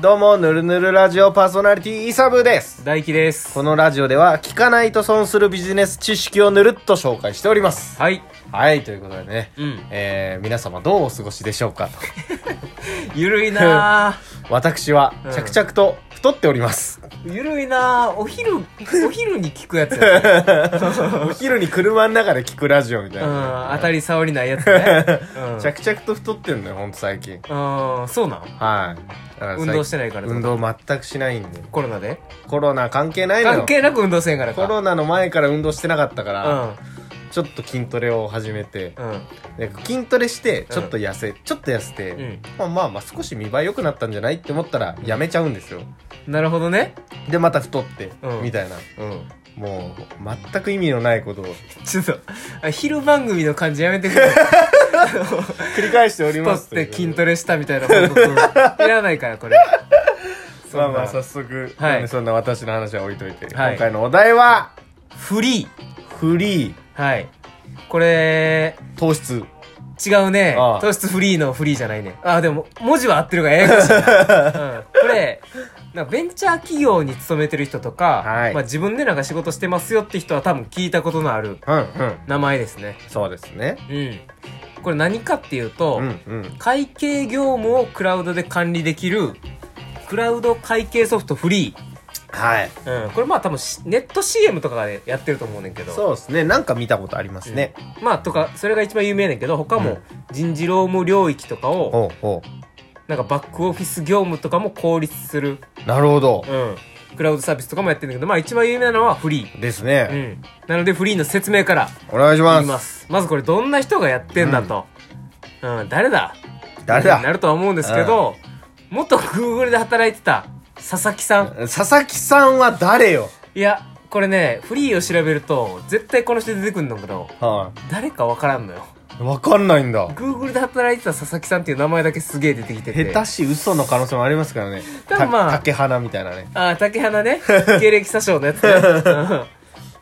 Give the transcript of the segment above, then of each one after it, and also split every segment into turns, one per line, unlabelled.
どうも、ぬるぬるラジオパーソナリティイサブです。
大輝です
このラジオでは、聞かないと損するビジネス知識をぬるっと紹介しております。
はい
はい、ということでね、
うん
えー皆様どうお過ごしでしょうかと。
ゆるいな
私は
うん、
着々と太っており ます。
ーゆるいなーお 昼お昼に聞くやつやね
お昼に車の中で聞くラジオみたい
うん
な。
当たり障りないやつ ねうん
着々と太ってんのよ、ほんと最近。
うんそうなん
はい。だから最近
運動してないから
運動全くしないんで。
コロナで
コロナ関係ないのよ。
関係なく運動せんから
コロ
か
ナの前から運動してなかったから、
う
ちょっと筋トレを始めて、
んうん
で筋トレしてちょっと痩せ、ちょっと痩せて、
うん
まあまあまあ少し見栄え良くなったんじゃないって思ったらやめちゃうんですよ
なるほどね
でまた太って、
うん
みたいな
うん
もう全く意味のないことを
ちょっとあ昼番組の感じやめてくれ
繰り返しており
太
ま
っ
す
て筋
レ
トレしたみたいな報告いらないからこ れ
まあまあ
そ
早
んな
速、
はい
そんな私の話は置いといて、
はい
今回のお題は
フリー
フリー
はいこれ
糖質
違うね
ああ
糖質フリーのフリーじゃないねあでも文字は合ってるからややこし いな、うん、これなんかベンチャー企業に勤めてる人とか、
はい
まあ、自分でなんか仕事してますよって人は多分聞いたことのある
うんうん
名前ですね
そうですね
うんこれ何かっていうと、
うんうん
会計業務をクラウドで管理できるクラウド会計ソフトフリ
はい
ー、うん、これまあ多分しネット CM とかでやってると思うねんけど
そうですねなんか見たことありますね、
まあとかそれが一番有名だけど他
う
も
ん
人事労務領域とかを、
ほうほ
なんかバックオフィス業務とかも効率する、
うなるほど、
うん、クラウドサービスとかもやってるんだけど、まあ一番有名なのはフリー。
です
う
ね、
ん。なのでフリーの説明から
お願いしま
言い
す
ます。まずこれどんな人がやってんだと。うん、誰だ
誰だ
になるとは思うんですけど、元 Google で働いてた佐々木さん。
佐々木さんは誰よ
いや、これね、フリーを調べると、絶対この人出てくるんだけど、
は
誰かわからんのよ。
い。わかんないんだ。
Google で働いてた佐々木さんっていう名前だけすげえ出てきてて。
下手し嘘の可能性もありますからね。
ただまあ
た竹花みたいなね。
ああ、竹花ね。経歴詐称のやつね。うん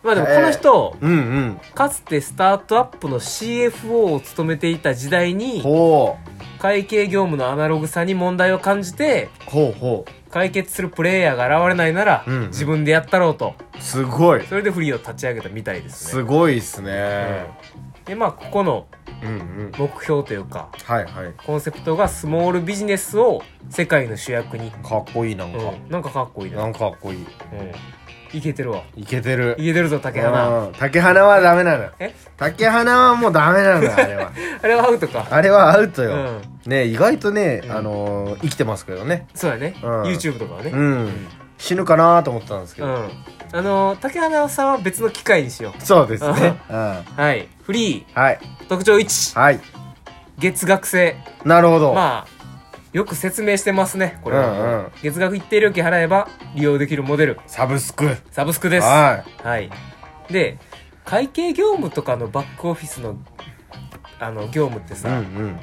まあでもこの人、
うんうん。
かつてスタートアップの CFO を務めていた時代に、
ほ
会計業務のアナログさに問題を感じて、
う。ほうほ
解決するプレイヤーが現れないなら、
うんうん
自分でやったろうと。
う。すごい。
それでフリーを立ち上げたみたいですね。
すごいっすね。
うんで、まあ、ここの
うんうん。
目標というか、
はいはい。
コンセプトがスモールビジネスを世界の主役に。
かっこいい、なんか。
うん、なんかかっこいいな。
な
うん
んかかっこいい。
いけてるわ。
いけてる
い。けてるぞ、竹花。
うん竹花はダメなの。
え
竹花はもうダメなの、あれ は。
あれはアウトか。
あれはアウト
う
よ。
ん。
ね意外とね、
うん
あのー、生きてますけどね。
そうだね、
うん
YouTube とかはね
う、ん。死ぬかなと思ったんですけ
うん
ど。
あのー竹花さんは別の機会にしよ
そうですね。うん。
うはいフリ
はい。
ー特徴1
はい。
月額制
なるほど。
まあよく説明してますねこれは、
うんうん
月額一定料金払えば利用できるモデル
サブスク。
サブスクですは、
はい
で会計業務とかのバックオフィスのあの業務って
い。う
さ、
ん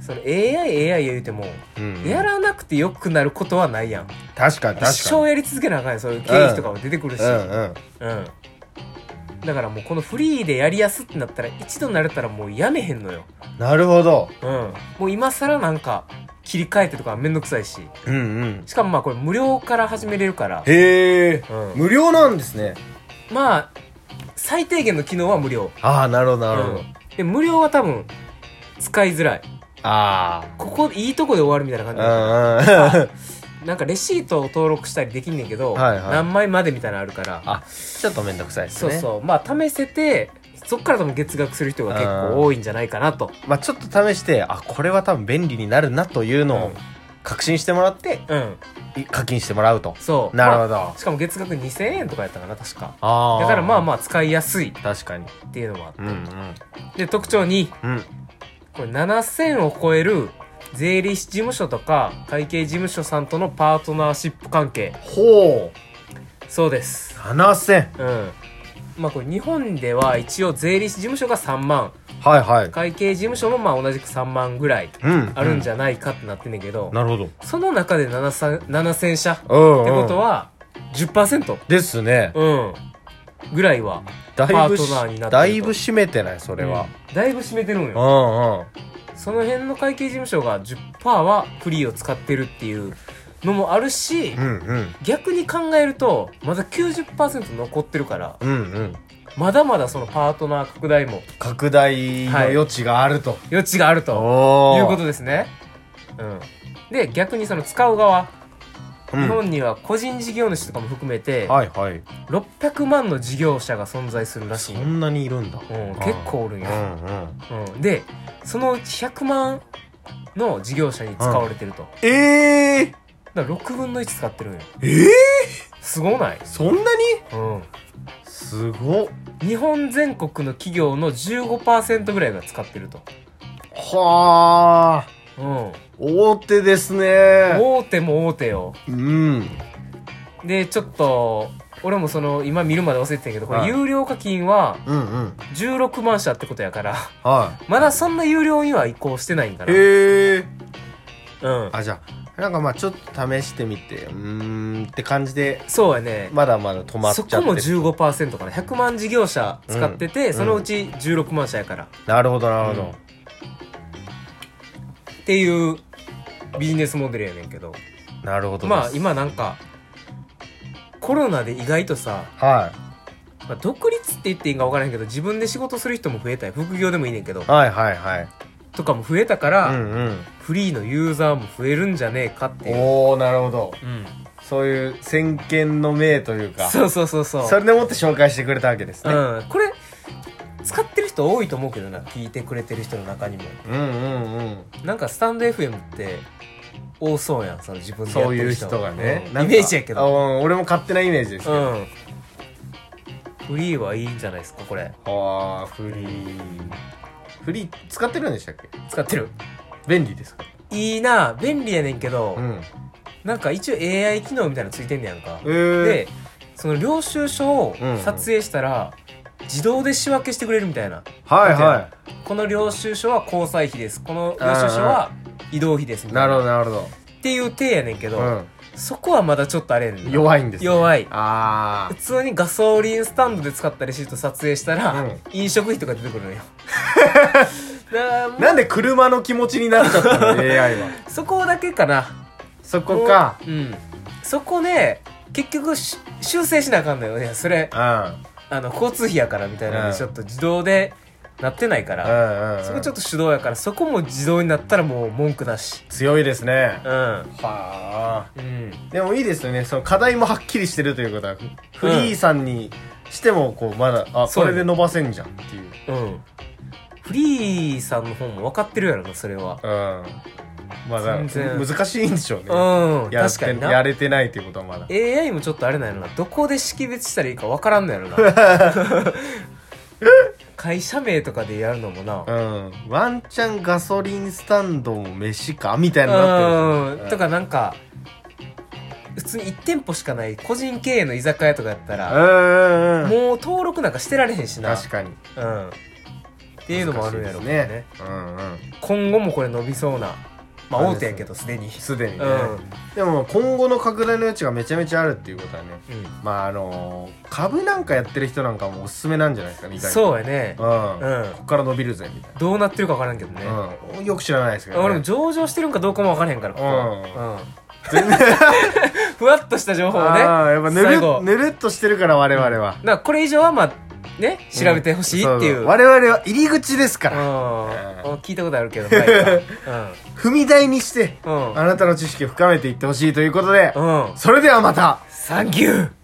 その AIAI 言うても、
うん。うん
やらなくてよくなることはないやん
確かに確かに。
一生やり続けなあかんやんそういう経費とかも出てくるし、
うんうん。
うん。だからもうこのフリーでやりやすってなったら、一度慣れたらもうやめへんのよ。
なるほど。
うん。もう今更なんか、切り替えてとかめんどくさいし。
うんうん。
しかもまあこれ無料から始めれるから。
へえ。
うん。
無料なんですね。
まあ、最低限の機能は無料。
ああ、なるほどなるほ
う
ど。
んで、無料は多分、使いづらい。
あ
ここ、いいとこで終わるみたいな感じだから
あ。うんうん。
なんかレシートを登録したりできんねんけど、
はいはい
何枚までみたいなのあるから。
あ、ちょっとめんどくさいです
そう
ね。
そう。まあ試せて、そっから多分月額する人が結構多いんじゃないかなと。
まあちょっと試して、あ、これは多分便利になるなというの
う
を
ん
確信してもらって、
うん。
い課金してもらうと。
そう。
なるほど
まあしかも月額2000円とかやったかな、確か。
あ
だからまあ
あ。
まあ使いやすいっ
確かに。
ていうのは。
うんうん。
で、特徴2。
うん。
これ7000を超える税理士事務所とか会計事務所さんとのパートナーシップ関係。
ほう。
そうです。
7000。
うん。まあこれ日本では一応税理士事務所が3万、
はいはい。
会計事務所もまあ同じく3万ぐらい
うん。
あるんじ
ゃ。
ゃないかってなってんねんけど、
なるほど。
その中で7000 7000社って
うん。
ことは10%、
ですね。
うん、ぐらいは
だ
パ
い
ー
ぶ
ト
し
ナーになってると
だいぶ締めてないそれは、
うんだいぶ占めてるの
う
よ
ん、うん
その辺の会計事務所が10%はフリーを使ってるっていうのもあるし、
うんうん
逆に考えるとまだ90%残ってるから
うんうん
まだまだそのパートナー拡大も
拡大の余地があると、
余地があると
お
いうことですね。うん、で逆にその使う側、
うん
日本には個人事業主とかも含めて
はいはい
600万の事業者が存在するらし
そ
いよ、
んなにいるんだ、
うん、結構おるん
う
よ、
んうん
うん、でそのうち100万の事業者に使われてると、
ええ
だから6分の1使ってるんよ
ええ
すごない、
そんなに
うん、
すごっ
日本全国の企業の15%ぐらいが使ってると、
はあ
うん、
大手ですね
大手も大手よ
うん
でちょっと俺もその今見るまで忘れてたけどこれ
はい
有料課金は
うんうん
16万社ってことやから
は
まだそんな有料には移行してないんか
い
な、
へえ
うん、
あじゃあなんかまあちょっと試してみてうーんって感じで
そうやね
まだまだ止まっちゃ
そ
って
こも
る
15%かな100万事業者使ってて、
ん
そのうち16万社やから、
なるほどなるほど、
っていうビジネスモデルやねんけど
なるほどです
まあ今なんかコロナで意外とさ、
は
まあ、独立って言っていいんか分からへんけど自分で仕事する人も増えたり副業でもいいねんけど
いはいはいはい
とかも増えたから、
うんうん
フリーのユーザーも増えるんじゃねえかっていう、
おおなるほど
うん、
そういう先見の明というか
そうそうそうそう
それでもって紹介してくれたわけですね、
うん、これ使ってる人多いと思うけどな聞いてくれてる人の中にも
うんうんうん
なんかスタンド FM って多そうやんその自分でやっ
そう
て
いう
る
人がね、
うん
なん
イ
か
メージやけ
あう
ど
ん俺も勝手なイメージですけ
う
ど、
んフリーはいいんじゃないですかこれ
ああフリーフリー使ってるんでしたっけ
使ってる
便利ですか
いいな便利やねんけど、
うん
なんか一応 AI 機能みたいなのついてんねやんか、
えー、
でその領収書を
うん
撮影したら、自動で仕分けしてくれるみたいな
はい
なん
は
この領収書は交際費ですこの領収書は移動費ですみ
い
た
ないる
な
ほどなるほ
っていう体やねんけど、
ど、うん、
そこはまだちょっとあれやねんな
弱いんです、ね、
弱い
あ
普通にガソリンスタンドで使ったレシート撮影したら、
うん
飲食費とか出てくる のよだからも
あなんで車の気持ちになっちゃったの AI は
うそこだけかな
そこか
うんそこね結局し修正しなあかんのよねそれ
うんう
あの交通費やからみたいなの
うん
でちょっと自動でなってないから、
んうん、うん、
そこちょっと手動やからそこも自動になったらもう文句だし
強いですね
うん
はあ
うん
でもいいですよねその課題もはっきりしてるということはフリーさんにしてもこうまだあ
そう
こ
ね
れで伸ばせんじゃんっていう
うんフリーさんの方も分かってるやろなそれは
うんまあだ
全然
難しいんでしょうね
うん
やっ
確
て
かにな
やれてないっていうことはまだ
AI もちょっとあれなんやろなどこで識別したらいいかわからん のやろな会社名とかでやるのもな
うんワンチャンガソリンスタンドも飯かみたいになって
うんとかなんか普通に1店舗しかない個人経営の居酒屋とかやった
るう
ら
んうんうん
もう登録なんかしてられへんしな
確かにっ
うんっていうのもあるんやろうね
ねうんうん
今後もこれ伸びそうなまあ
あれ
大
です
手
ね
やけどすでに
すでに
う
ね
ん
でも今後の拡大の余地がめちゃめちゃあるっていうことはね
うん
まああのー株なんかやってる人なんかもおすすめなんじゃないですかみたいな
そうやね
うん
うん
こっから伸びるぜみたい
どうなってるかわからんけどね
な、うん、よく知らないですけど、ね、
俺も上場してるんかどうかも分からへんからここはうん ふわっとした情報をね
ああやっぱぬ
最後
るぬるっとしてるから我々は、
だからこれ以上はまあね調べてほしいっていう,、
そ
うん、
そ我々は入り口ですから、うん
聞いたことあるけど 前から
踏み台にして
うんうん
あなたの知識を深めていってほしいということで、
うん
それではまた
サンキュー